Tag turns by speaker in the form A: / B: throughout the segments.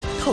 A: 透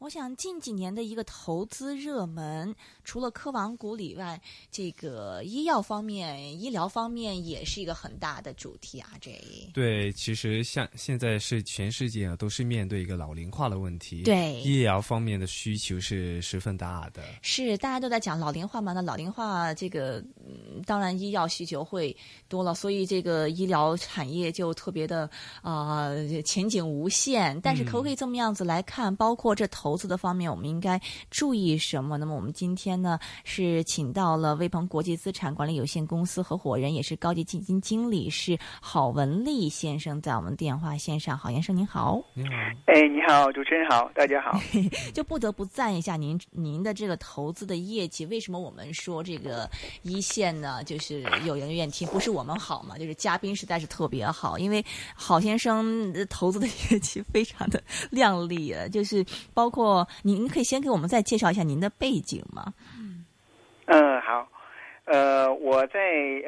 B: 我想近几年的一个投资热门，除了科网股以外，这个医药方面、医疗方面也是一个很大的主题啊。这
C: 对，其实像现在是全世界啊，都是面对一个老龄化的问题。
B: 对
C: 医疗方面的需求是十分大的。
B: 是大家都在讲老龄化嘛？那老龄化这个，嗯当然医药需求会多了，所以这个医疗产业就特别的啊、呃前景无限。但是可不可以这么样子来看？包括这投资的方面，我们应该注意什么？那么我们今天呢是请到了威鹏国际资产管理有限公司合伙人，也是高级基金经理是郝文丽先生，在我们电话线上。郝先生您好。
C: 你好，
D: 哎，你好，主持人好，大家好。
B: 就不得不赞一下您您的这个投资的业绩。为什么我们说这个一线呢？就是有人愿意听，不是我们好嘛，就是嘉宾实在是特别好，因为郝先生呃投资的业绩非常的亮丽啊，就是包括您，您可以先给我们再介绍一下您的背景吗？
D: 嗯，好。呃，我在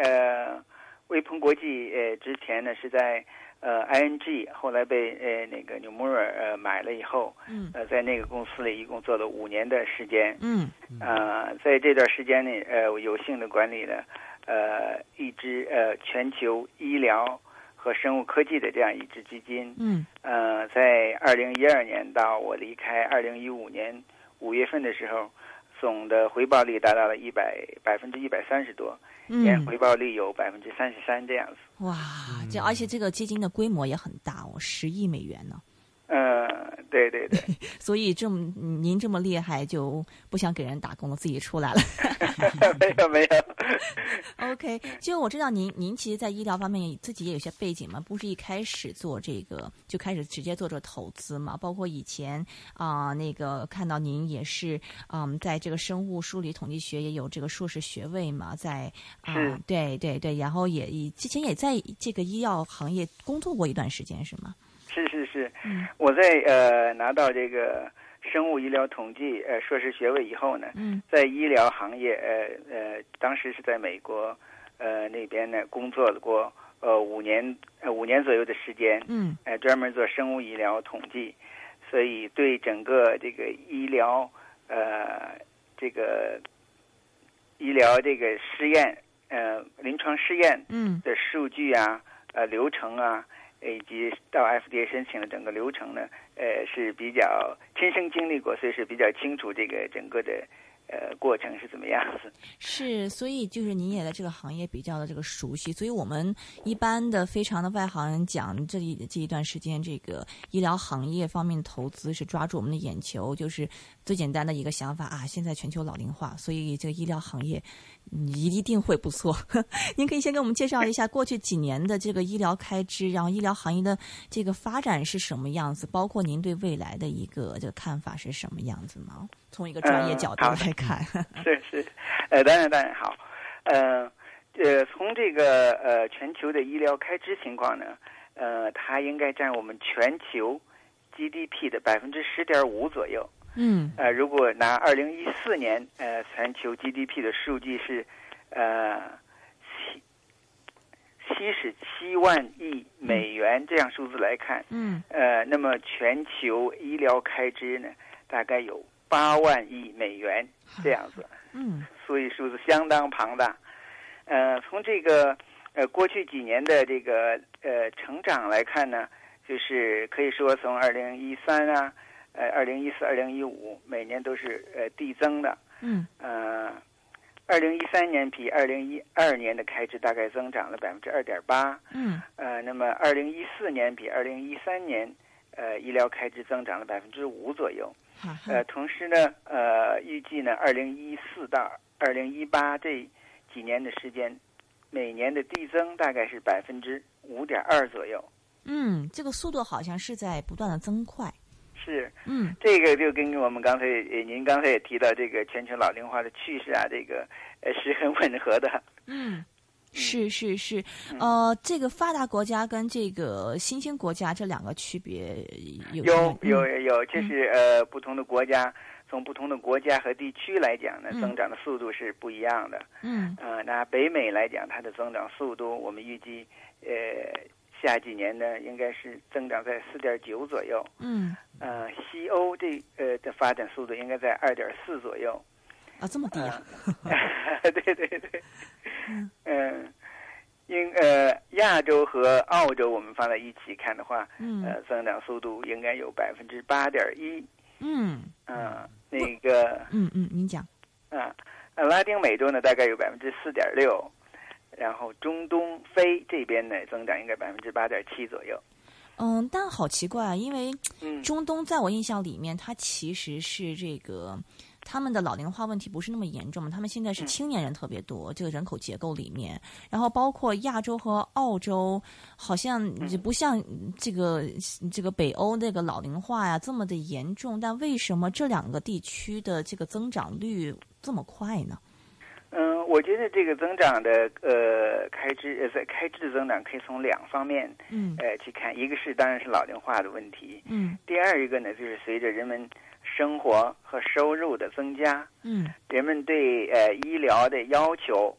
D: 呃威鹏国际呃之前呢是在呃 ING，后来被呃那个纽摩尔呃买了以后，
B: 嗯
D: 呃在那个公司里一共做了五年的时间。
B: 嗯
D: 呃，在这段时间内，呃，我有幸的管理了呃一支呃全球医疗和生物科技的这样一支基金。
B: 嗯
D: 呃，在二零一二年到我离开二零一五年五月份的时候，总的回报率达到了一百百分之一百三十多，年
B: 嗯，
D: 回报率有百分之三十三这样子。
B: 哇，这而且这个基金的规模也很大哦，十亿美元呢。
D: 呃，对对 对，
B: 所以这么您这么厉害，就不想给人打工了，自己出来了。
D: 没有没有，
B: OK，就我知道您，您其实，在医疗方面自己也有些背景嘛，不是一开始做这个就开始直接做这个投资嘛？包括以前啊、那个看到您也是，嗯，在这个生物数理统计学也有这个硕士学位嘛，在啊、
D: 是
B: 对对对，然后也以之前也在这个医药行业工作过一段时间，是吗？
D: 是是是
B: 嗯，
D: 我在呃拿到这个生物医疗统计呃硕士学位以后呢，
B: 嗯
D: 在医疗行业呃呃，当时是在美国呃那边呢工作了过呃五年呃五年左右的时间。
B: 嗯
D: 呃，专门做生物医疗统计，所以对整个这个医疗呃这个医疗这个试验呃临床试验
B: 嗯
D: 的数据啊呃流程啊。以及到 FDA 申请的整个流程呢，呃，是比较亲身经历过，所以是比较清楚这个整个的呃过程是怎么样子。
B: 是，所以就是您也在这个行业比较的这个熟悉，所以我们一般的非常的外行人讲，这一这一段时间这个医疗行业方面的投资是抓住我们的眼球，就是最简单的一个想法啊，现在全球老龄化，所以这个医疗行业嗯一定会不错。 您可以先给我们介绍一下过去几年的这个医疗开支，然后医疗行业的这个发展是什么样子，包括您对未来的一个这个看法是什么样子吗？从一个专业
D: 嗯
B: 角度
D: 好的
B: 来看，
D: 是是，呃，当然当然好，呃，呃，从这个呃全球的医疗开支情况呢，呃，它应该占我们全球 GDP 的百分之十点五左右。
B: 嗯。
D: 呃，如果拿二零一四年呃全球 GDP 的数据是呃七七十七万亿美元这样数字来看，
B: 嗯
D: 呃，那么全球医疗开支呢，大概有八万亿美元这样子。
B: 嗯
D: 所以数字相当庞大。呃，从这个呃过去几年的这个呃成长来看呢，就是可以说从二零一三啊，呃二零一四、二零一五每年都是呃递增的。
B: 嗯
D: 呃，二零一三年比二零一二年的开支大概增长了百分之二点八。
B: 嗯
D: 呃，那么二零一四年比二零一三年，呃医疗开支增长了百分之五左右。
B: 好好
D: 呃，同时呢，呃，预计呢，二零一四到二零一八这几年的时间，每年的递增大概是百分之五点二左右。
B: 嗯，这个速度好像是在不断的增快。
D: 是
B: 嗯
D: 这个就跟我们刚才呃您刚才也提到这个全球老龄化的趋势啊，这个呃是很吻合的。
B: 嗯。是是是，
D: 嗯
B: 呃，这个发达国家跟这个新兴国家这两个区别有嗯
D: 有
B: 什么
D: 有有，就是呃不同的国家从不同的国家和地区来讲呢，
B: 嗯
D: 增长的速度是不一样的。
B: 嗯
D: 呃，那北美来讲，它的增长速度，我们预计，呃，下几年呢，应该是增长在四点九左右。
B: 嗯
D: 呃，西欧这呃的发展速度应该在二点四左右。
B: 啊，这么低
D: 呃
B: 啊？
D: 对对对，嗯，应呃亚洲和澳洲我们放在一起看的话，
B: 嗯
D: 呃，增长速度应该有百分之八点一。
B: 嗯
D: 嗯，那个
B: 嗯嗯，您讲。
D: 啊，呃拉丁美洲呢大概有百分之四点六，然后中东非这边呢增长应该百分之八点七左右。
B: 嗯，但好奇怪，因为
D: 嗯，
B: 中东在我印象里面，它其实是这个他们的老龄化问题不是那么严重嘛，他们现在是
D: 嗯
B: 青年人特别多，这个人口结构里面，然后包括亚洲和澳洲，好像也不像这个这个北欧那个老龄化呀、这么的严重，但为什么这两个地区的这个增长率这么快呢？
D: 嗯、我觉得这个增长的呃开支呃在开支的增长可以从两方面
B: 嗯
D: 呃去看，一个是当然是老龄化的问题，
B: 嗯
D: 第二一个呢就是随着人们生活和收入的增加，
B: 嗯
D: 人们对呃医疗的要求，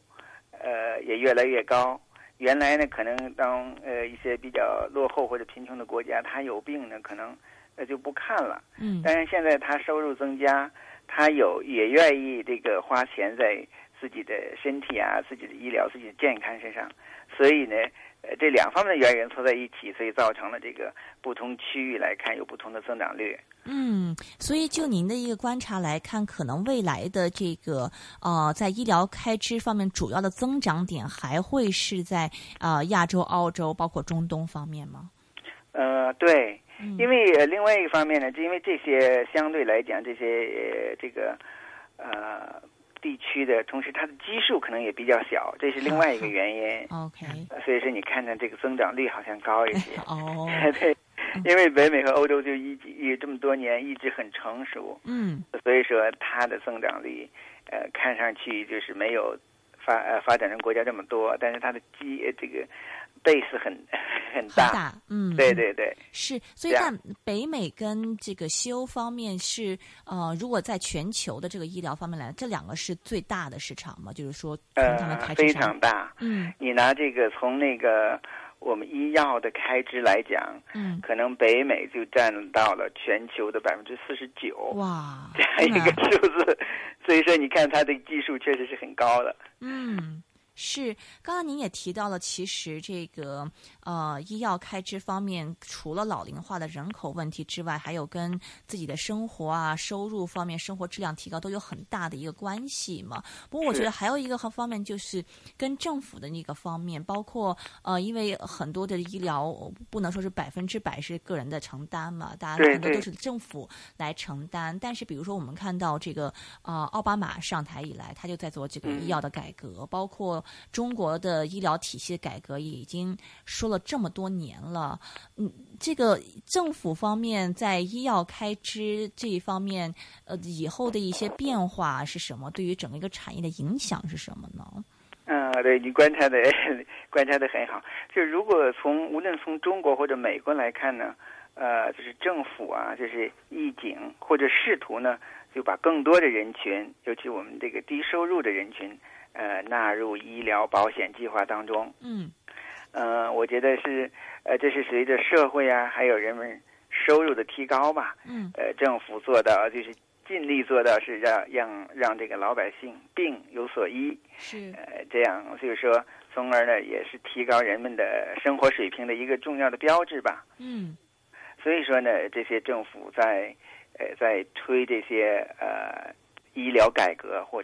D: 呃也越来越高。原来呢，可能当呃一些比较落后或者贫穷的国家，他有病呢，可能呃就不看了。
B: 嗯
D: 但是现在他收入增加，他有也愿意这个花钱在自己的身体啊、自己的医疗、自己的健康身上，所以呢，呃，这两方面的原因凑在一起，所以造成了这个不同区域来看有不同的增长率。
B: 嗯，所以就您的一个观察来看，可能未来的这个呃，在医疗开支方面主要的增长点还会是在呃亚洲、澳洲，包括中东方面吗？
D: 呃，对，
B: 嗯
D: 因为、呃另外一方面呢，就因为这些相对来讲，这些、呃、这个呃地区的，同时它的基数可能也比较小，这是另外一个原因。
B: OK，，
D: 所以说，你看看这个增长率好像高一些
B: 哦，
D: 对，因为北美和欧洲就一直一这么多年一直很成熟，
B: 嗯
D: 所以说它的增长率，呃，看上去就是没有发呃发展中国家这么多，但是它的基呃这个 base 很 很
B: 很
D: 大，
B: 大，嗯，
D: 对
B: 嗯
D: 对对。
B: 是，所以
D: 对
B: 在
D: 啊
B: 北美跟这个西欧方面是呃，如果在全球的这个医疗方面来，这两个是最大的市场嘛？就是说从他们
D: 呃
B: 开，支
D: 非
B: 上，
D: 常大。
B: 嗯
D: 你拿这个从那个我们医药的开支来讲，
B: 嗯，
D: 可能北美就占到了全球的百分之四十九
B: 哇，
D: 这样 一个数字，所以说你看它的技术确实是很高的。
B: 嗯，是，刚刚您也提到了，其实这个呃医药开支方面，除了老龄化的人口问题之外，还有跟自己的生活啊、收入方面、生活质量提高都有很大的一个关系嘛。不过我觉
D: 是
B: 得还有一个很方面就是跟政府的那个方面，包括呃，因为很多的医疗呃不能说是百分之百是个人的承担嘛，大家
D: 对
B: 很多都
D: 对
B: 是政府来承担。但是比如说我们看到这个呃奥巴马上台以来，他就在做这个医药的改革，
D: 嗯
B: 包括中国的医疗体系的改革也已经说了这么多年了。嗯，这个政府方面在医药开支这一方面，呃，以后的一些变化是什么？对于整个一个产业的影响是什么呢？
D: 嗯，对你观察的 观察的很好。就如果从无论从中国或者美国来看呢，呃，就是政府啊，就是意警或者试图呢，就把更多的人群，尤其我们这个低收入的人群，呃，纳入医疗保险计划当中。
B: 嗯
D: 呃，我觉得是，呃，这是随着社会啊，还有人们收入的提高吧，
B: 嗯
D: 呃，政府做到就是尽力做到是让让让这个老百姓病有所医。
B: 是
D: 呃，这样所以说，从而呢也是提高人们的生活水平的一个重要的标志吧。
B: 嗯
D: 所以说呢，这些政府在呃在推这些呃医疗改革或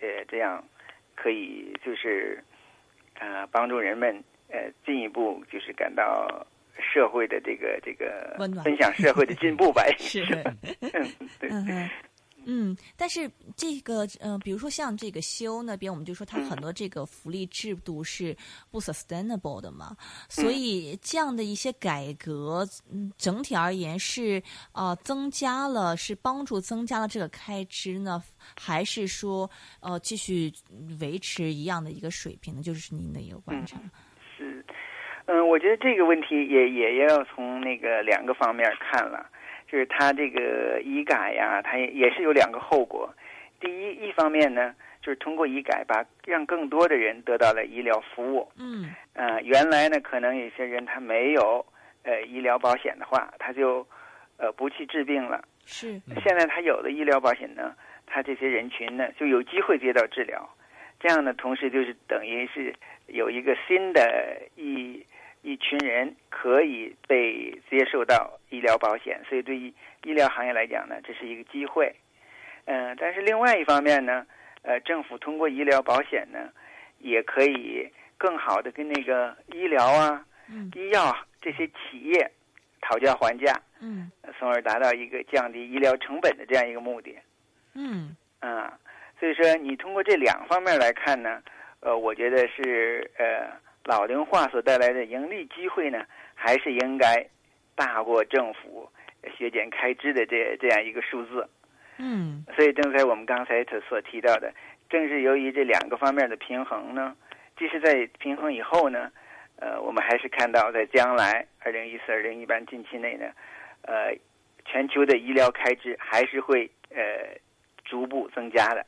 D: 呃这样可以就是呃帮助人们呃进一步就是感到社会的这个这个
B: 温暖
D: 分享社会的进步 吧。
B: 是，嗯哼。嗯，但是这个，呃，比如说像这个西欧那边，我们就说它很多这个福利制度是不 sustainable 的嘛，所以这样的一些改革，嗯，整体而言是啊、呃增加了，是帮助增加了这个开支呢，还是说呃继续维持一样的一个水平呢？就是您的一个观察。
D: 嗯，我觉得这个问题也也要从那个两个方面看了。就是它这个医改呀，它也也是有两个后果。第一，一方面呢，就是通过医改把让更多的人得到了医疗服务。
B: 嗯
D: 呃，原来呢，可能有些人他没有呃医疗保险的话，他就呃不去治病了。
B: 是
C: 嗯
D: 现在他有了医疗保险呢，他这些人群呢就有机会接到治疗，这样呢，同时就是等于是有一个新的一一群人可以被接受到医疗保险，所以对于医疗行业来讲呢，这是一个机会。嗯、但是另外一方面呢，呃，政府通过医疗保险呢，也可以更好的跟那个医疗啊、
B: 嗯
D: 医药啊这些企业讨价还价。
B: 嗯
D: 从而达到一个降低医疗成本的这样一个目的
B: 嗯
D: 啊。所以说，你通过这两方面来看呢，呃，我觉得是呃老龄化所带来的盈利机会呢，还是应该大过政府削减开支的这这样一个数字。
B: 嗯
D: 所以，正才我们刚才所所提到的，正是由于这两个方面的平衡呢，即使在平衡以后呢，呃，我们还是看到在将来二零一四、二零一八近期内呢，呃，全球的医疗开支还是会呃逐步增加的。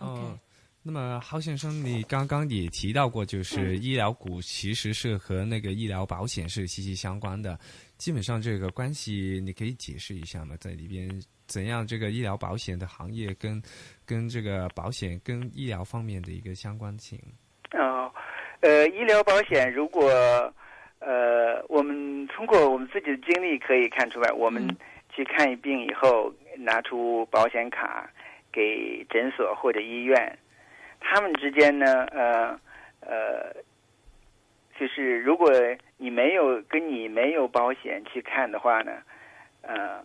B: ，OK，
C: 哦，那么郝先生，你刚刚也提到过，
A: 嗯
C: 就是医疗股其实是和那个医疗保险是息息相关的。基本上这个关系，你可以解释一下吗？在里边怎样这个医疗保险的行业跟跟这个保险跟医疗方面的一个相关性？
D: 哦，呃，医疗保险如果呃，我们通过我们自己的经历可以看出来，我们
B: 嗯
D: 去看一病以后，拿出保险卡给诊所或者医院，他们之间呢，呃呃，就是如果你没有跟你没有保险去看的话呢，呃，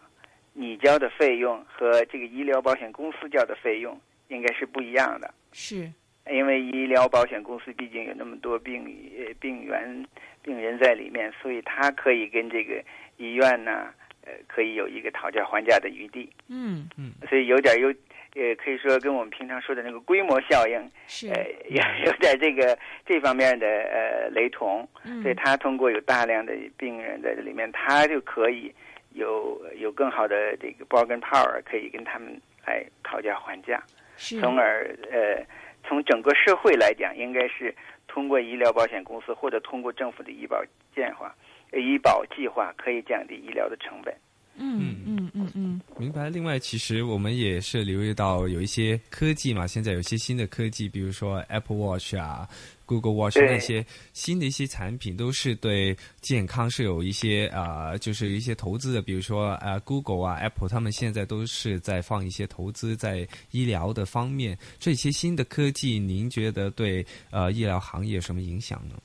D: 你交的费用和这个医疗保险公司交的费用应该是不一样的。
B: 是
D: 因为医疗保险公司毕竟有那么多病呃病源病人在里面，所以它可以跟这个医院呢，呃，可以有一个讨价还价的余地，
B: 嗯
D: 所以有点有呃，可以说跟我们平常说的那个规模效应，
B: 是
D: 呃，有有点这个 这方面的呃雷同，
B: 嗯
D: 所以它通过有大量的病人在这里面，它就可以有有更好的这个 bargain power，可以跟他们来讨价还价。
B: 是
D: 从而呃，从整个社会来讲，应该是通过医疗保险公司或者通过政府的医保计划、呃医保计划，可以降低医疗的成本。
B: 嗯嗯嗯嗯
C: 明白。另外，其实我们也是留意到有一些科技嘛，现在有一些新的科技，比如说 Apple Watch 啊、Google Watch
D: 对
C: 那些新的一些产品，都是对健康是有一些啊、呃就是一些投资的。比如说呃，Google 啊、Apple，他们现在都是在放一些投资在医疗的方面。这些新的科技，您觉得对呃医疗行业有什么影响呢？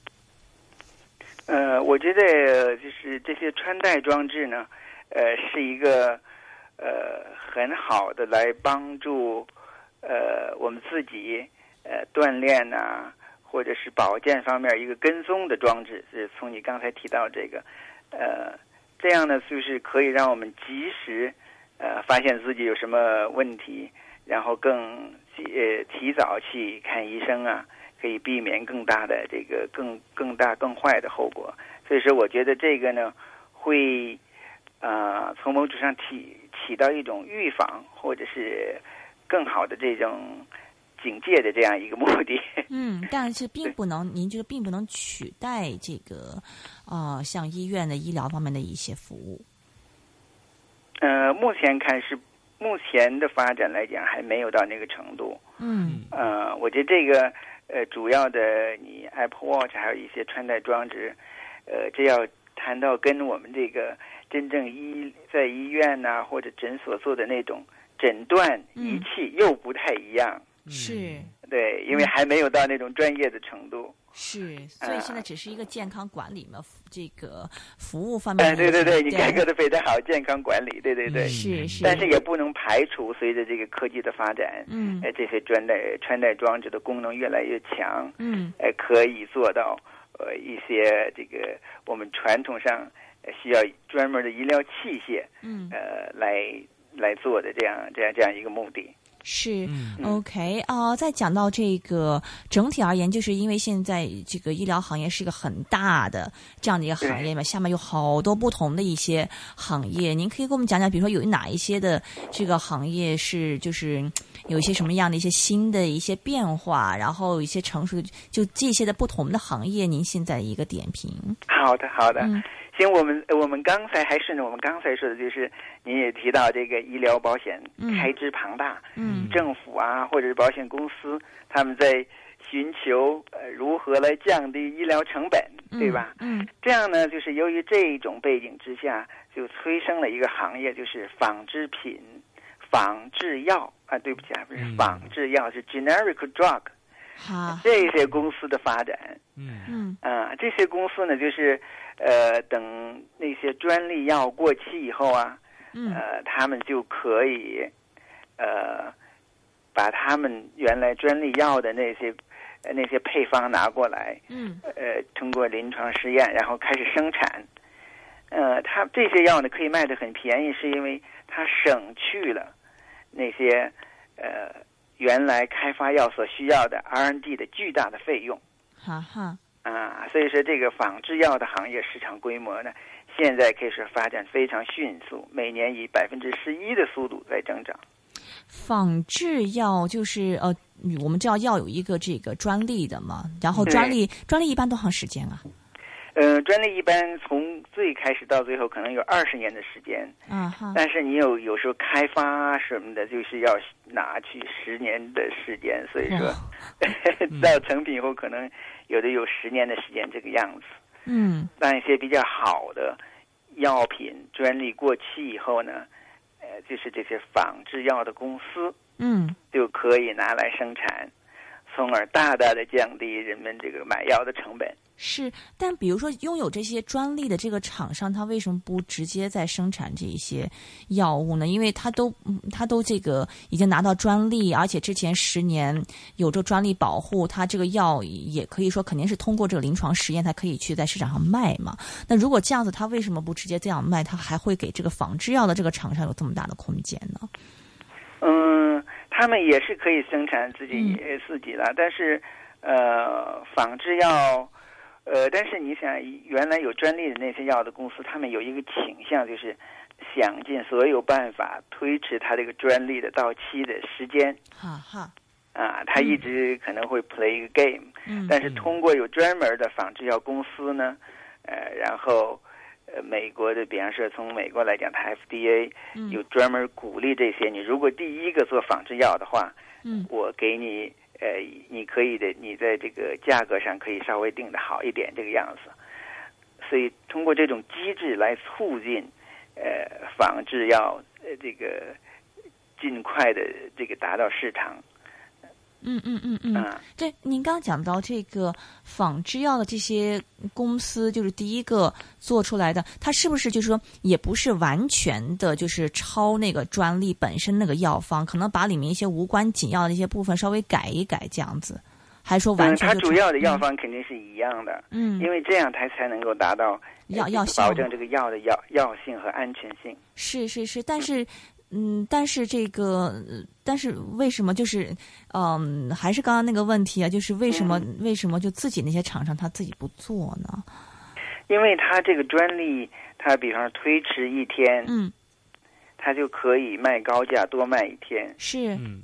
D: 呃，我觉得就是这些穿戴装置呢，呃，是一个呃很好的来帮助呃我们自己呃锻炼呐、或者是保健方面一个跟踪的装置，是从你刚才提到这个，呃，这样呢就是可以让我们及时呃发现自己有什么问题，然后更及呃提早去看医生啊，可以避免更大的这个更更大更坏的后果。所以说，我觉得这个呢，会呃从某种上起起到一种预防或者是更好的这种警戒的这样一个目的。
B: 嗯，但是并不能，您觉得并不能取代这个，呃，像医院的医疗方面的一些服务。
D: 呃，目前看是目前的发展来讲，还没有到那个程度。
B: 嗯
D: 呃，我觉得这个呃，主要的你 Apple Watch 还有一些穿戴装置，呃，这要谈到跟我们这个真正医在医院呐、或者诊所做的那种诊断仪器又不太一样，
B: 嗯是
D: 对，因为还没有到那种专业的程度。
B: 是，
D: 哎
B: 所以现在只是一个健康管理嘛，这个服务方面
D: 哎，
B: 的。
D: 对对对，你改革的非常好，健康管理，对对对，
B: 是是，
D: 但是也不能排除随着这个科技的发展，
B: 嗯
D: 呃，这些穿戴穿戴装置的功能越来越强，
B: 嗯
D: 呃，可以做到呃一些这个我们传统上呃需要专门的医疗器械
B: 嗯，
D: 呃来来做的这样这样这样一个目的。
B: 是、
C: 嗯
B: OK 啊、再讲到这个整体而言，就是因为现在这个医疗行业是一个很大的这样的一个行业嘛，下面有好多不同的一些行业，您可以给我们讲讲，比如说有哪一些的这个行业是就是嗯有一些什么样的一些新的一些变化，然后一些成熟的就这些的不同的行业，您现在的一个点评。
D: 好的，好的。
B: 嗯
D: 行，我们呃我们刚才还顺着我们刚才说的，就是您也提到这个医疗保险
B: 嗯
D: 开支庞大，
B: 嗯
D: 政府啊或者是保险公司他们在寻求呃如何来降低医疗成本，对吧？？
B: 嗯
D: 这样呢，就是由于这种背景之下，就催生了一个行业，就是仿制品、仿制药啊，对不起啊，不是
C: 嗯
D: 仿制药，是 generic drug
B: 好，
D: 这些公司的发展。
C: 嗯
B: 嗯
D: 啊，这些公司呢，就是呃，等那些专利药过期以后啊，
B: 嗯
D: 呃，他们就可以呃，把他们原来专利药的那些呃那些配方拿过来，
B: 嗯
D: 呃，通过临床试验，然后开始生产。呃，它这些药呢可以卖得很便宜，是因为它省去了那些呃原来开发药所需要的 R&D 的巨大的费用。
B: 哈哈，
D: 啊，所以说这个仿制药的行业市场规模呢，现在可以说发展非常迅速，每年以百分之十一的速度在增长。
B: 仿制药就是呃，你我们知道药有一个这个专利的嘛，然后
D: 对
B: 专利专利一般多长时间啊？
D: 呃，专利一般从最开始到最后可能有二十年的时间，
B: 啊哈，
D: 但是你有有时候开发什么的，就是要拿去十年的时间，所以说
B: 哇
D: 到成品以后可能有的有十年的时间这个样子。
B: 嗯
D: 那一些比较好的药品专利过期以后呢，呃，就是这些仿制药的公司
B: 嗯
D: 就可以拿来生产，从而大大的降低人们这个买药的成本。
B: 是，但比如说拥有这些专利的这个厂商，他为什么不直接在生产这一些药物呢？因为他都嗯他都这个已经拿到专利，而且之前十年有这专利保护，他这个药也可以说肯定是通过这个临床实验，他可以去在市场上卖嘛。那如果这样子，他为什么不直接这样卖？他还会给这个仿制药的这个厂商有这么大的空间呢？
D: 嗯，他们也是可以生产自己、
B: 嗯
D: 呃自己的，但是呃，仿制药。呃，但是你想，原来有专利的那些药的公司，他们有一个倾向，就是想尽所有办法推迟它这个专利的到期的时间。
B: 哈哈，
D: 啊，他一直可能会 play 一个 game，、
B: 嗯
D: 但是通过有专门的仿制药公司呢，呃，然后呃，美国的，比方说从美国来讲，它 FDA
B: 嗯
D: 有专门鼓励这些，你如果第一个做仿制药的话，
B: 嗯
D: 我给你呃，你可以的，你在这个价格上可以稍微定的好一点这个样子，所以通过这种机制来促进呃仿制药呃这个尽快的这个达到市场
B: 嗯嗯嗯嗯。
D: 啊。
B: 对，您刚讲到这个仿制药的这些公司，就是第一个做出来的，它是不是就是说也不是完全的，就是抄那个专利本身那个药方，可能把里面一些无关紧要的一些部分稍微改一改这样子，还说完
D: 嗯，
B: 全
D: 它
B: 就
D: 主
B: 抄
D: 要的药方肯定是一样的，
B: 嗯
D: 因为这样它才能够达到
B: 药
D: 呃
B: 药
D: 就是
B: 效
D: 保证这个药的药药性和安全性。
B: 是是是，但是，嗯，但是这个，呃但是为什么就是，嗯，还是刚刚那个问题啊，就是为什么、
D: 嗯
B: 为什么就自己那些厂商他自己不做呢？
D: 因为它这个专利，它比方说推迟一天，
B: 嗯，
D: 它就可以卖高价多卖一天。
B: 是，
C: 嗯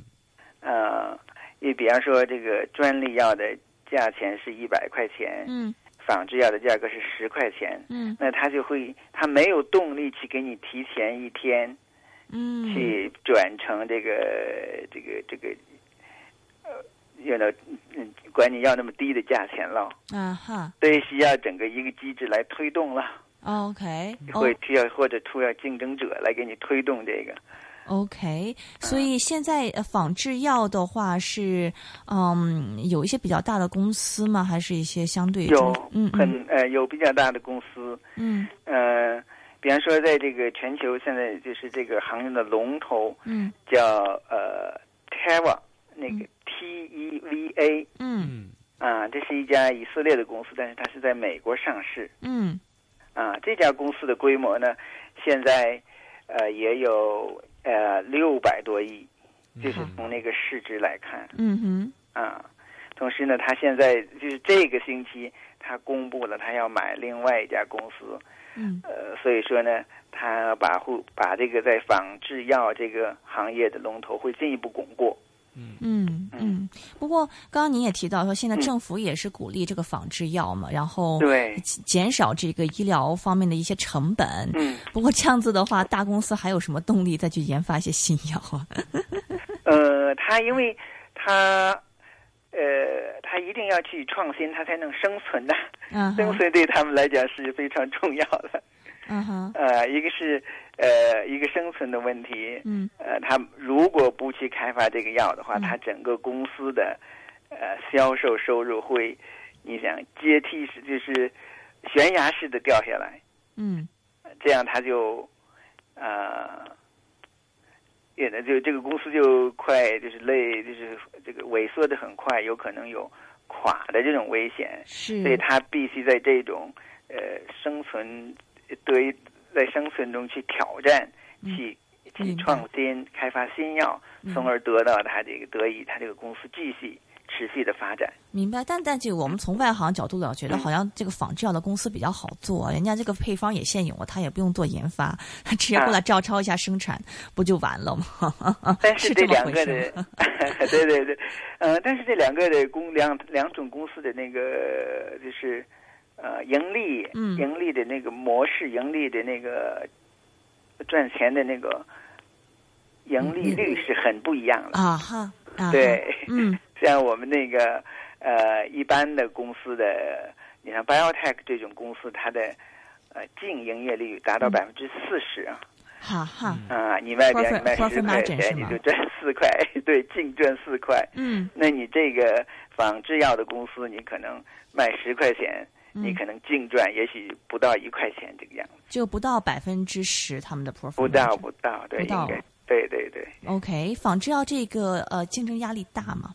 D: 呃，你比方说这个专利药的价钱是一百块钱，
B: 嗯
D: 仿制药的价格是十块钱，
B: 嗯
D: 那它就会它没有动力去给你提前一天
B: 嗯，
D: 去转成这个这个这个，呃，要到嗯，管你要那么低的价钱了，
B: 啊哈
D: 所以需要整个一个机制来推动了，
B: ，OK，哦
D: 会需要或者出要竞争者来给你推动这个。
B: o k
D: 嗯
B: 所以现在呃仿制药的话是，嗯，有一些比较大的公司吗？还是一些相对
D: 有
B: 中嗯嗯
D: 很呃有比较大的公司，
B: 嗯
D: 呃，比方说在这个全球现在就是这个行业的龙头
B: 嗯
D: 叫呃 Teva，那个 T E V A
B: 嗯
C: 嗯
D: 啊，这是一家以色列的公司，但是它是在美国上市。
B: 嗯
D: 啊，这家公司的规模呢，现在呃也有呃六百多亿就是
C: 嗯
D: 从那个市值来看
B: 嗯哼，
D: 啊。同时呢，他现在就是这个星期，他公布了他要买另外一家公司，
B: 嗯
D: 呃，所以说呢，他把护把这个在仿制药这个行业的龙头会进一步巩固。
B: 嗯嗯。不过刚刚您也提到说，现在政府也是鼓励这个仿制药嘛，然后
D: 嗯对，
B: 减少这个医疗方面的一些成本。
D: 嗯，
B: 不过这样子的话，大公司还有什么动力再去研发一些新药啊？
D: 呃，他因为他呃，他一定要去创新，他才能生存的，
B: 嗯
D: 生
B: 哼，
D: 存对他们来讲是非常重要的。
B: 嗯哼，
D: 呃，一个是呃一个生存的问题，
B: 嗯
D: 呃，他如果不去开发这个药的话，
B: 嗯
D: 他整个公司的呃销售收入会，你想阶梯式就是悬崖式的掉下来，
B: 嗯
D: 这样他就呃，也就这个公司就快就是累就是这个萎缩的很快，有可能有垮的这种危险，
B: 是
D: 所以他必须在这种呃生存得以在生存中去挑战，
B: 嗯
D: 去去
B: 明白
D: 创新、开发新药，
B: 嗯
D: 从而得到他这个得以他这个公司继续持续的发展。
B: 明白，但但这个我们从外行角度老觉得，
D: 嗯
B: 好像这个仿制药的公司比较好做，人家这个配方也现有啊，他也不用做研发， 只要过来照抄一下生产，不就完了吗？
D: 但是
B: 哦是这
D: 这
B: 么
D: 两
B: 回
D: 个
B: 事
D: 的， 对对对，呃，但是这两个的公两两种公司的那个就是呃盈利，
B: 嗯
D: 盈利的那个模式，盈利的那个赚钱的那个盈
B: 嗯
D: 利率是很不一样的。
B: 啊哈，啊
D: 对，
B: 哈，嗯
D: 像我们那个呃一般的公司的，你像 biotech 这种公司，它的呃净营业利率达到
B: 嗯
D: 百分之四十啊
B: 哈哈，
D: 啊！你外边
B: Profit-
D: 你卖
B: profit
D: 十块
B: margin 是
D: 钱，你
B: 吗
D: 就赚四块， 对，净赚四块。
B: 嗯
D: 那你这个仿制药的公司，你可能卖十块钱，你
B: 嗯，
D: 可能净赚也许不到一块钱这个样子，
B: 就不到百分之十他们的 profit，
D: 不到不到，对，
B: 嗯不到
D: 应该对对对。
B: OK，仿制药这个呃竞争压力大嘛？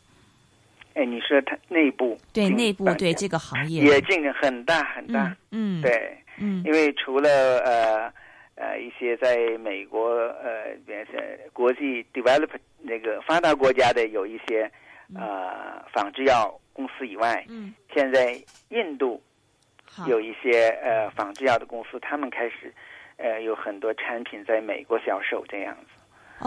D: 哎，你说它内部
B: 对
D: 净
B: 内部
D: 赚
B: 对
D: 钱
B: 这个行业，
D: 也竞争很大很大
B: 嗯，嗯
D: 对。
B: 嗯
D: 因为除了呃呃一些在美国呃，比如说国际 develop 那个发达国家的有一些呃仿制药公司以外，
B: 嗯，
D: 现在印度
B: 好，
D: 有一些呃仿制药的公司，他们开始呃有很多产品在美国销售这样子。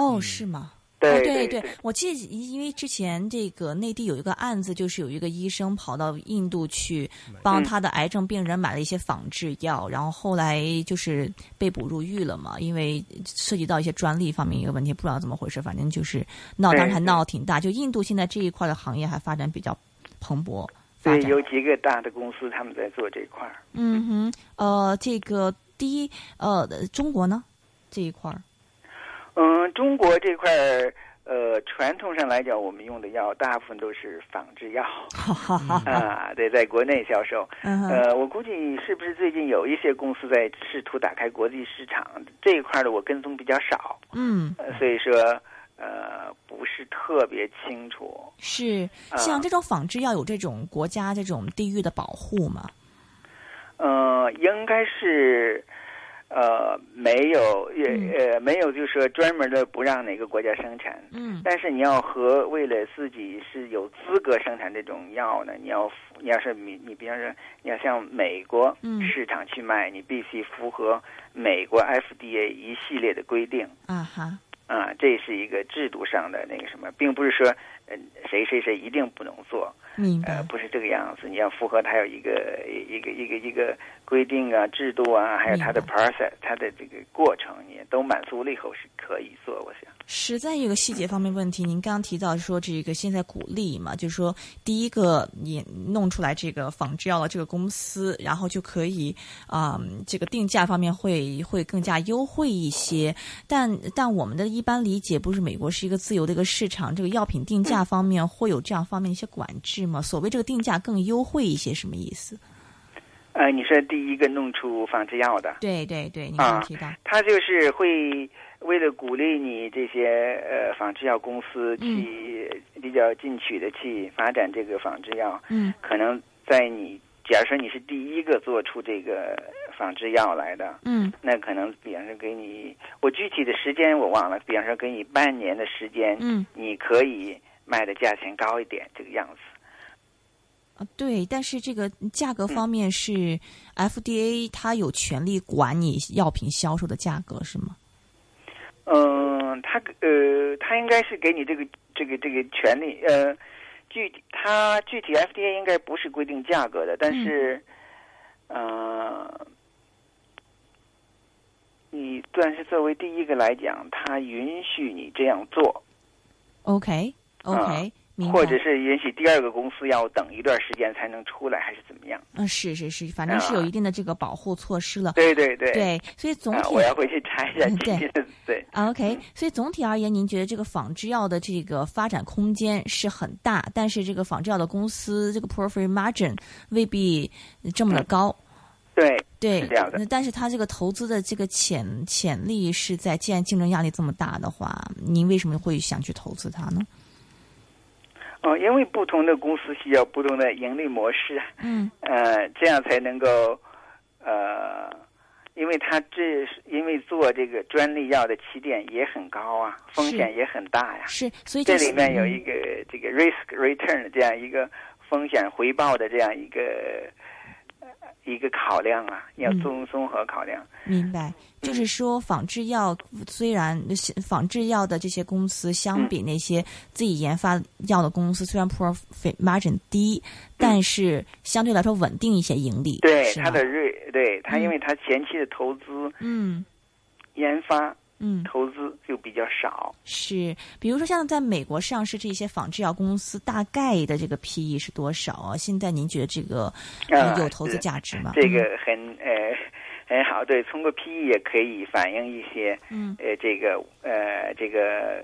B: 哦是吗？
D: 对
B: 哦、对
D: 对，
B: 我记得，因为之前这个内地有一个案子，就是有一个医生跑到印度去帮
D: 嗯
B: 他的癌症病人买了一些仿制药，然后后来就是被捕入狱了嘛，因为涉及到一些专利方面一个问题，不知道怎么回事，反正就是闹，
D: 对
B: 当时还
D: 对
B: 闹得挺大。就印度现在这一块的行业还发展比较蓬勃发
D: 对，
B: 展
D: 有，几个大的公司他们在做这一块儿。
B: 嗯哼，呃，这个第一，呃，中国呢这一块儿，
D: 嗯，中国这块儿。呃，传统上来讲，我们用的药大部分都是仿制药
B: 哈哈哈，
D: 啊，对，在国内销售。
B: 嗯哼，
D: 呃，我估计是不是最近有一些公司在试图打开国际市场这一块儿的，我跟踪比较少，
B: 嗯。
D: 呃所以说呃不是特别清楚。
B: 是，
D: 啊
B: 像这种仿制要有这种国家这种地域的保护嘛？
D: 呃，应该是呃没有也呃没有，就是说专门的不让哪个国家生产。
B: 嗯
D: 但是你要和为了自己是有资格生产这种药呢，你要符你要是你你比方说你要向美国
B: 嗯
D: 市场去卖，你必须符合美国 FDA 一系列的规定
B: 啊哈，
D: 啊，这是一个制度上的那个什么，并不是说嗯、谁谁谁一定不能做，
B: 明白，
D: 呃不是这个样子，你要符合它有一个一个一个一个规定啊、制度啊，还有它的
B: 明
D: process、它的这个过程，你都满足了以后是可以做，我想。
B: 实在有个细节方面问题，您刚刚提到说这个现在鼓励嘛，就是说第一个你弄出来这个仿制药的这个公司，然后就可以啊、嗯这个定价方面会会更加优惠一些。但但我们的一般理解，不是美国是一个自由的一个市场，这个药品定价方面会有这样方面一些管制吗？所谓这个定价更优惠一些，什么意思？
D: 呃，你说第一个弄出仿制药的，
B: 对对对，你刚刚
D: 啊
B: 提到，
D: 他就是会为了鼓励你这些呃仿制药公司呃去比较进取的去发展这个仿制药，
B: 嗯
D: 可能在你假如说你是第一个做出这个仿制药来的，
B: 嗯
D: 那可能比方说给你，我具体的时间我忘了，比方说给你半年的时间，
B: 嗯、
D: 你可以卖的价钱高一点，这个样子。
B: 呃对，但是这个价格
D: 嗯
B: 方面是 FDA 它有权利管你药品销售的价格是吗？
D: 嗯，他呃，他应该是给你这个这个这个权利。呃，具体他具体 FDA 应该不是规定价格的，但是，
B: 嗯
D: 呃，你但是作为第一个来讲，他允许你这样做，
B: OK OK，、
D: 啊
B: 明白。
D: 或者是允许第二个公司要等一段时间才能出来，还是怎么样？
B: 嗯，是是是，反正是有一定的这个保护措施了。
D: 对啊对对。
B: 对，所以总
D: 啊，
B: 体
D: 我要嗯回去查一下
B: 嗯
D: 最近的对。
B: 啊 OK，所以总体而言，您觉得这个仿制药的这个发展空间是很大，但是这个仿制药的公司这个 profit margin 未必这么
D: 嗯
B: 的高。
D: 对，
B: 对
D: 是这样，的
B: 那但是它这个投资的这个潜潜力是在，既然竞争压力这么大的话，您为什么会想去投资它呢？
D: 哦，因为不同的公司需要不同的盈利模式啊，
B: 嗯
D: 呃，这样才能够，呃，因为它这是因为做这个专利药的起点也很高啊，风
B: 是
D: 险也很大呀。
B: 是，嗯所以
D: 这
B: 就
D: 里
B: 是
D: 面有一个这个 risk return 的这样一个风险回报的这样一个呃一个考量啊，要
B: 嗯
D: 综综合考量。
B: 明白，
D: 嗯
B: 就是说仿制药虽然仿制药的这些公司
D: 嗯
B: 相比那些自己研发药的公司，虽然 profit margin 低，但是相对来说稳定一些盈利。
D: 嗯对
B: 是
D: 它
B: 吗
D: 的瑞，对它，
B: 嗯
D: 因为它前期的投资、
B: 嗯
D: 研发、
B: 嗯
D: 投资就比较少。
B: 是，比如说像在美国上市这些仿制药公司，大概的这个 PE 是多少啊？现在您觉得这个、呃
D: 啊
B: 有投资
D: 是
B: 价值吗？
D: 这个很呃很好，对，通过 PE 也可以反映一些
B: 嗯
D: 呃这个呃这个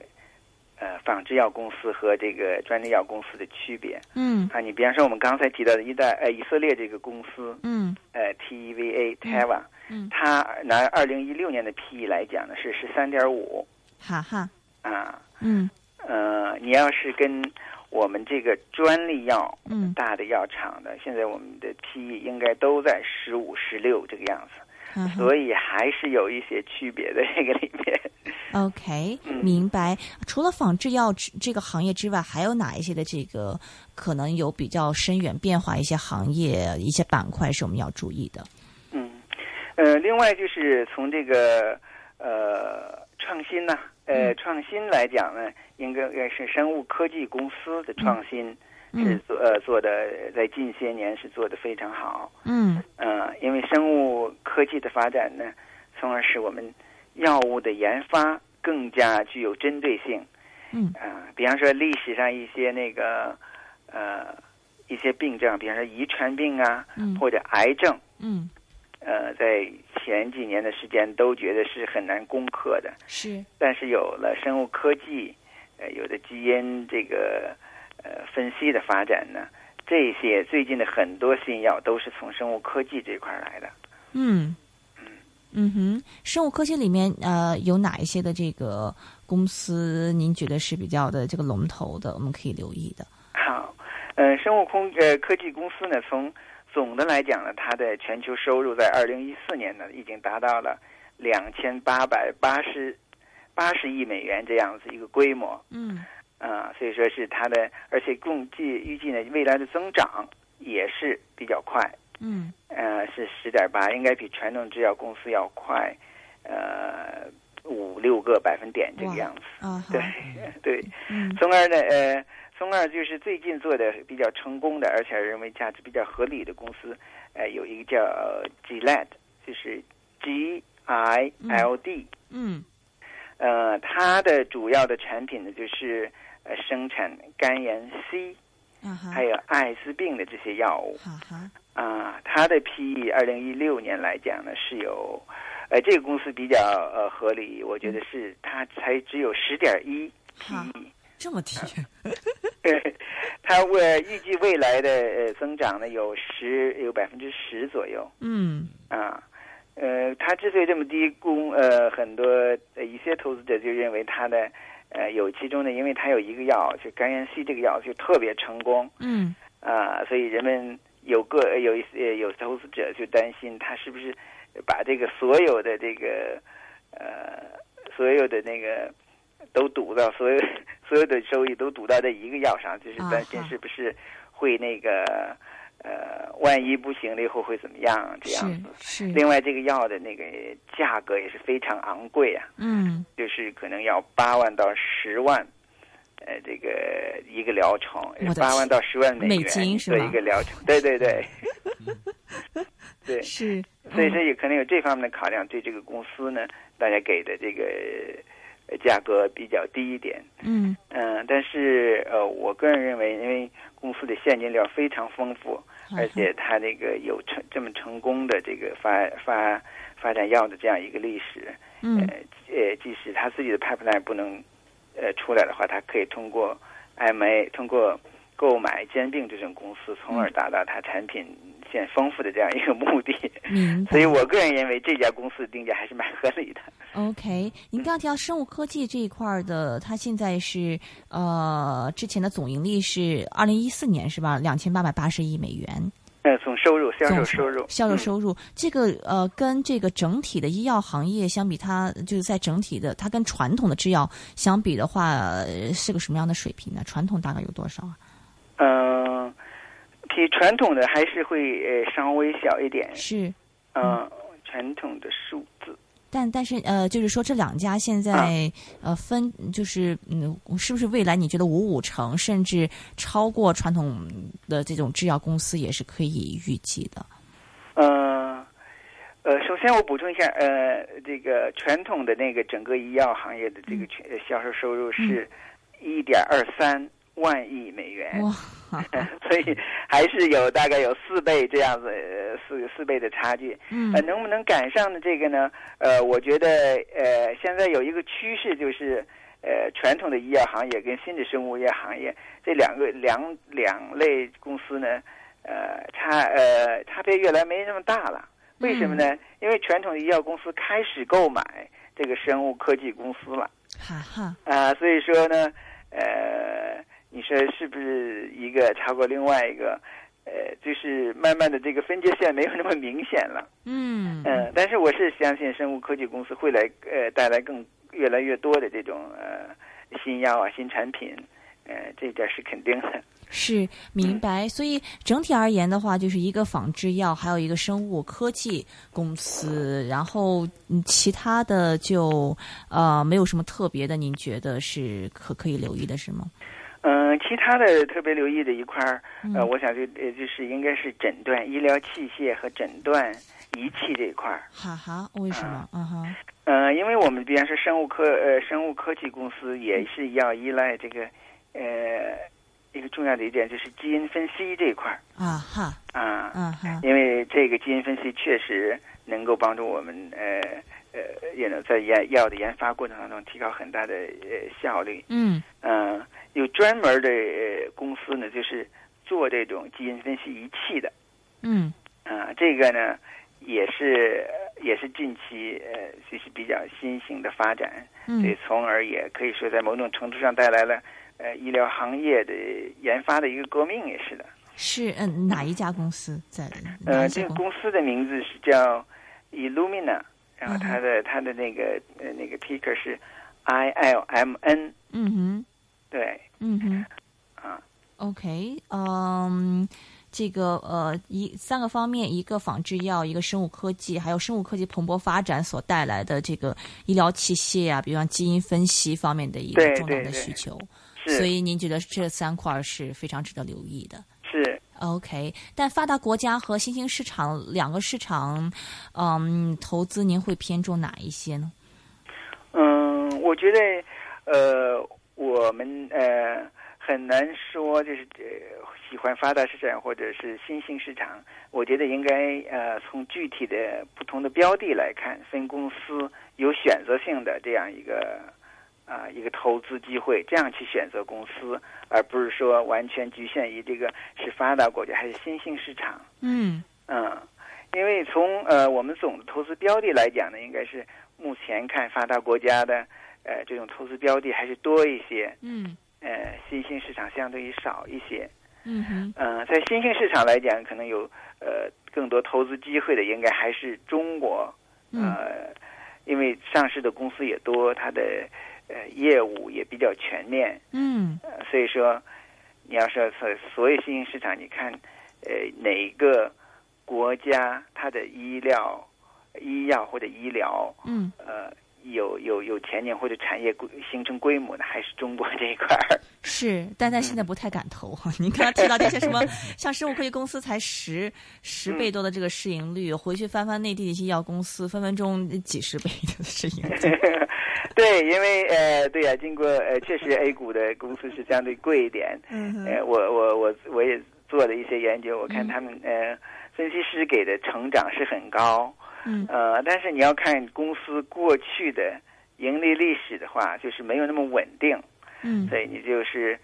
D: 呃仿制药公司和这个专利药公司的区别
B: 嗯
D: 啊。你比方说我们刚才提到的一代呃以色列这个公司
B: 嗯
D: 呃 TEVA Teva，
B: 嗯
D: 它拿二零一六年的 PE 来讲呢是十三点五
B: 哈哈，
D: 啊，
B: 嗯
D: 呃，你要是跟我们这个专利药
B: 嗯
D: 大的药厂的，现在我们的 PE 应该都在十五、十六这个样子。
B: 哈 哈。
D: 所以还是有一些区别的这个里面。
B: OK，
D: 嗯
B: 明白。除了仿制药之这个行业之外，还有哪一些的这个可能有比较深远变化？一些行业、一些板块是我们要注意的。
D: 嗯，呃，另外就是从这个呃创新呐、呃，
B: 嗯
D: 创新来讲呢，应该是生物科技公司的创新是
B: 嗯
D: 做呃做的，在近些年是做的非常好。
B: 嗯
D: 呃，因为生物科技的发展呢，从而使我们药物的研发更加具有针对性。
B: 嗯
D: 啊、比方说历史上一些那个呃一些病症，比方说遗传病啊，
B: 嗯
D: 或者癌症，
B: 嗯，
D: 呃，在前几年的时间都觉得是很难攻克的，
B: 是
D: 但是有了生物科技，呃，有的基因这个呃分析的发展呢，这些最近的很多新药都是从生物科技这块儿来的。
B: 嗯嗯哼。生物科技里面呃有哪一些的这个公司您觉得是比较的这个龙头的，我们可以留意的？
D: 好，呃，生物空呃科技公司呢，从总的来讲呢，它的全球收入在二零一四年呢，已经达到了两千八百八十八十亿美元这样子一个规模
B: 嗯
D: 啊、所以说是它的，而且共计预计呢，未来的增长也是比较快，
B: 嗯
D: 呃，是十点八，应该比传统制药公司要快，呃，五六个百分点这个
B: 哇
D: 样子，
B: 啊好
D: 对对。
B: 嗯
D: 松二呢，呃，松二就是最近做的比较成功的，而且认为价值比较合理的公司，呃，有一个叫呃 Gillette，就是 G I L D，、
B: 嗯
D: 呃，它的主要的产品呢就是呃生产肝炎 C
B: 啊哈
D: 还有艾滋病的这些药物
B: 哈哈
D: 啊、它的 PE 二零一六年来讲呢是有，呃，这个公司比较呃合理，我觉得是它才只有十点一
B: 哈
D: PE。
B: 这么低
D: 它未呃预计未来的呃增长呢有十有百分之十左右
B: 嗯
D: 啊，呃，它之所以这么低估，呃，很多呃一些投资者就认为它的呃有其中呢，因为它有一个药就肝炎 C 这个药就特别成功
B: 嗯
D: 啊，所以人们有个有一些呃有投资者就担心他是不是把这个所有的这个呃所有的那个都赌到所有所有的收益都赌到这一个药上，就是
B: 啊
D: 担心
B: 哈
D: 是不是会那个呃万一不行了以后会怎么样这样
B: 是
D: 子。
B: 是，
D: 另外，这个药的那个价格也是非常昂贵啊，
B: 嗯
D: 就是可能要八万到十万，呃，这个一个疗程
B: 我，的
D: 八万到十万美
B: 美金
D: 元
B: 是吗
D: 做一个疗程，对 对对，对，
B: 是，
D: 所以说
B: 嗯
D: 也可能有这方面的考量，对这个公司呢，大家给的这个呃价格比较低一点，
B: 嗯
D: 嗯、但是呃，我个人认为，因为公司的现金流非常丰富，
B: 好
D: 而且它这个有成这么成功的这个发发发展药的这样一个历史，
B: 嗯
D: 呃呃，即使他自己的 pipeline 不能呃出来的话，他可以通过 MA 通过购买兼并这种公司，
B: 嗯
D: 从而达到它产品线丰富的这样一个目的。
B: 明
D: 所
B: 白
D: 以。我个人认为这家公司的定价还是蛮合理的。
B: OK，您刚刚提到生物科技这一块儿的，它现在是呃之前的总盈利是二零一四年是吧？两千八百八十亿美元
D: 呃，从收入、销售
B: 总
D: 收入、
B: 销售
D: 嗯
B: 收入，这个呃跟这个整体的医药行业相比它，就是在整体的它跟传统的制药相比的话，呃是个什么样的水平呢？传统大概有多少啊？
D: 嗯，比传统的还是会呃稍微小一点。
B: 是，
D: 嗯，传统的数字。
B: 但但是呃，就是说这两家现在、
D: 嗯
B: 呃分就是嗯，是不是未来你觉得五五成甚至超过传统的这种制药公司也是可以预计的？
D: 呃，呃，首先我补充一下，呃，这个传统的那个整个医药行业的这个全呃销售收入是一点二三万亿美元，
B: 哇，
D: 所以还是有大概有四倍这样子，呃四四倍的差距。
B: 嗯
D: 呃，能不能赶上的这个呢？呃，我觉得呃，现在有一个趋势就是，呃，传统的医药行业跟新的生物医药行业这两个两两类公司呢，呃，差呃差别越来没那么大了。为什么呢？因为传统的医药公司开始购买这个生物科技公司了
B: 哈哈，
D: 啊、所以说呢，呃，你说是不是一个超过另外一个？呃，就是慢慢的这个分界线没有那么明显了。
B: 嗯
D: 嗯，但是我是相信生物科技公司会来呃带来更越来越多的这种呃新药啊、新产品，呃，这点是肯定的。
B: 是明白。所以整体而言的话，就是一个仿制药，还有一个生物科技公司，然后嗯其他的就呃没有什么特别的，您觉得是可可以留意的是吗？
D: 嗯、其他的特别留意的一块儿，呃，
B: 嗯
D: 我想就呃就是应该是诊断医疗器械和诊断仪器这一块儿。
B: 哈哈，为什么？嗯哼，
D: 嗯，因为我们比方说生物科呃生物科技公司也是要依赖这个呃一个重要的一点就是基因分析这一块儿
B: 啊哈。
D: 啊。
B: 嗯哈，
D: 因为这个基因分析确实能够帮助我们呃呃，也能在研药的研发过程当中提高很大的呃效率。
B: 嗯
D: 嗯、有专门的、呃、公司呢，就是做这种基因分析仪器的。
B: 嗯
D: 啊、这个呢也是也是近期呃就是比较新型的发展，所以
B: 嗯，
D: 从而也可以说在某种程度上带来了呃医疗行业的研发的一个革命，也是的。
B: 是嗯哪一家公司在？哪
D: 呃，
B: 一
D: 这
B: 家
D: 个
B: 公司？
D: 公司的名字是叫 Illumina，然后
B: 嗯哼
D: 它的、它的那个呃那个 ticker 是 I L M N，
B: 嗯哼
D: 对，
B: 嗯哼
D: 啊，
B: ，OK，嗯。这个呃，一三个方面，一个仿制药，一个生物科技，还有生物科技蓬勃发展所带来的这个医疗器械啊，比方基因分析方面的一个
D: 对
B: 重大
D: 对
B: 的
D: 对
B: 需求，所
D: 是
B: 以您觉得这三块儿是非常值得留意的。
D: 是，
B: OK，但发达国家和新兴市场两个市场，嗯，投资您会偏重哪一些呢？
D: 嗯，我觉得呃我们呃很难说就是呃喜欢发达市场或者是新兴市场，我觉得应该呃从具体的不同的标的来看，分公司有选择性的这样一个啊、一个投资机会，这样去选择公司，而不是说完全局限于这个是发达国家还是新兴市场。
B: 嗯
D: 嗯，因为从呃我们总的投资标的来讲呢，应该是目前看发达国家的呃这种投资标的还是多一些，
B: 嗯
D: 呃新兴市场相对于少一些。
B: 嗯哼，
D: 嗯、在新兴市场来讲，可能有呃更多投资机会的，应该还是中国。
B: 嗯
D: 呃，因为上市的公司也多，它的呃业务也比较全面，
B: 嗯
D: 呃所以说你要说所所有新兴市场，你看呃哪个国家它的医疗、医药或者医疗
B: 嗯，
D: 呃有有有前景或者产业规形成规模呢，还是中国这一块儿？
B: 是，但咱现在不太敢投哈。您刚刚提到这些什么，像生物科技公司才十十倍多的这个市盈率，回去翻翻内地的一些药公司，分分钟几十倍的市盈率。
D: 对，因为呃，对呀、经过呃，确实 A 股的公司是相对贵一点。
B: 嗯哼
D: 呃，我我我我也做了一些研究，我看
B: 嗯
D: 他们、呃，分析师给的成长是很高，
B: 嗯
D: 呃，但是你要看公司过去的盈利历史的话，就是没有那么稳定，
B: 嗯
D: 所以你就是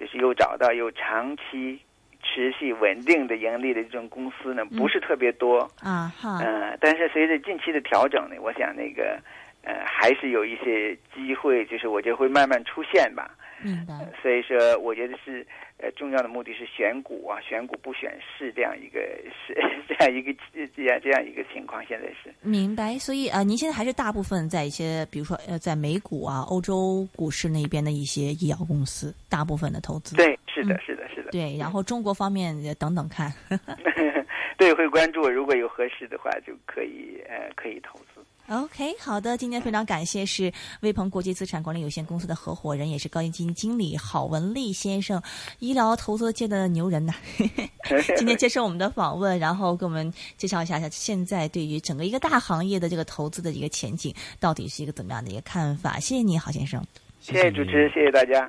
D: 就是又找到有长期持续稳定的盈利的这种公司呢，不是特别多。
B: 嗯啊哈，
D: 嗯，但是随着近期的调整呢，我想那个呃还是有一些机会，就是我觉得会慢慢出现吧。
B: 明白。
D: 所以说，我觉得是呃重要的目的是选股啊，选股不选市 这样一个是这样一个这样这样一个情况，现在是
B: 明白，所以啊、呃您现在还是大部分在一些，比如说呃，在美股啊、欧洲股市那边的一些医药公司，大部分的投资。
D: 对，是的
B: 嗯，
D: 是的，是的，
B: 对，然后中国方面也等等看。
D: 对会关注，如果有合适的话，就可以呃可以投资。
B: OK，好的，今天非常感谢是威鹏国际资产管理有限公司的合伙人，也是高级基金经理郝文丽先生，医疗投资界的牛人呐、今天接受我们的访问，然后给我们介绍一下现在对于整个一个大行业的这个投资的一个前景，到底是一个怎么样的一个看法？谢谢你，郝先生。
D: 谢谢主持人，谢谢大家。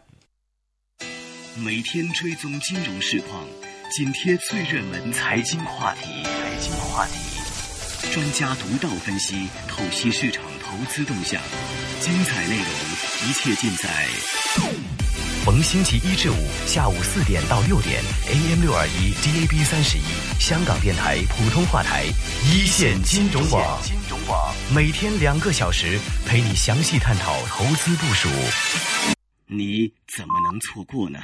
A: 每天追踪金融市况，紧贴最热门财经话题。财经话题，专家独到分析，透析市场投资动向，精彩内容，一切尽在。逢星期一至五下午四点到六点，AM 六二一 DAB 三十一，香港电台普通话台一线金融网，金融网每天两个小时，陪你详细探讨投资部署。你怎么能错过呢？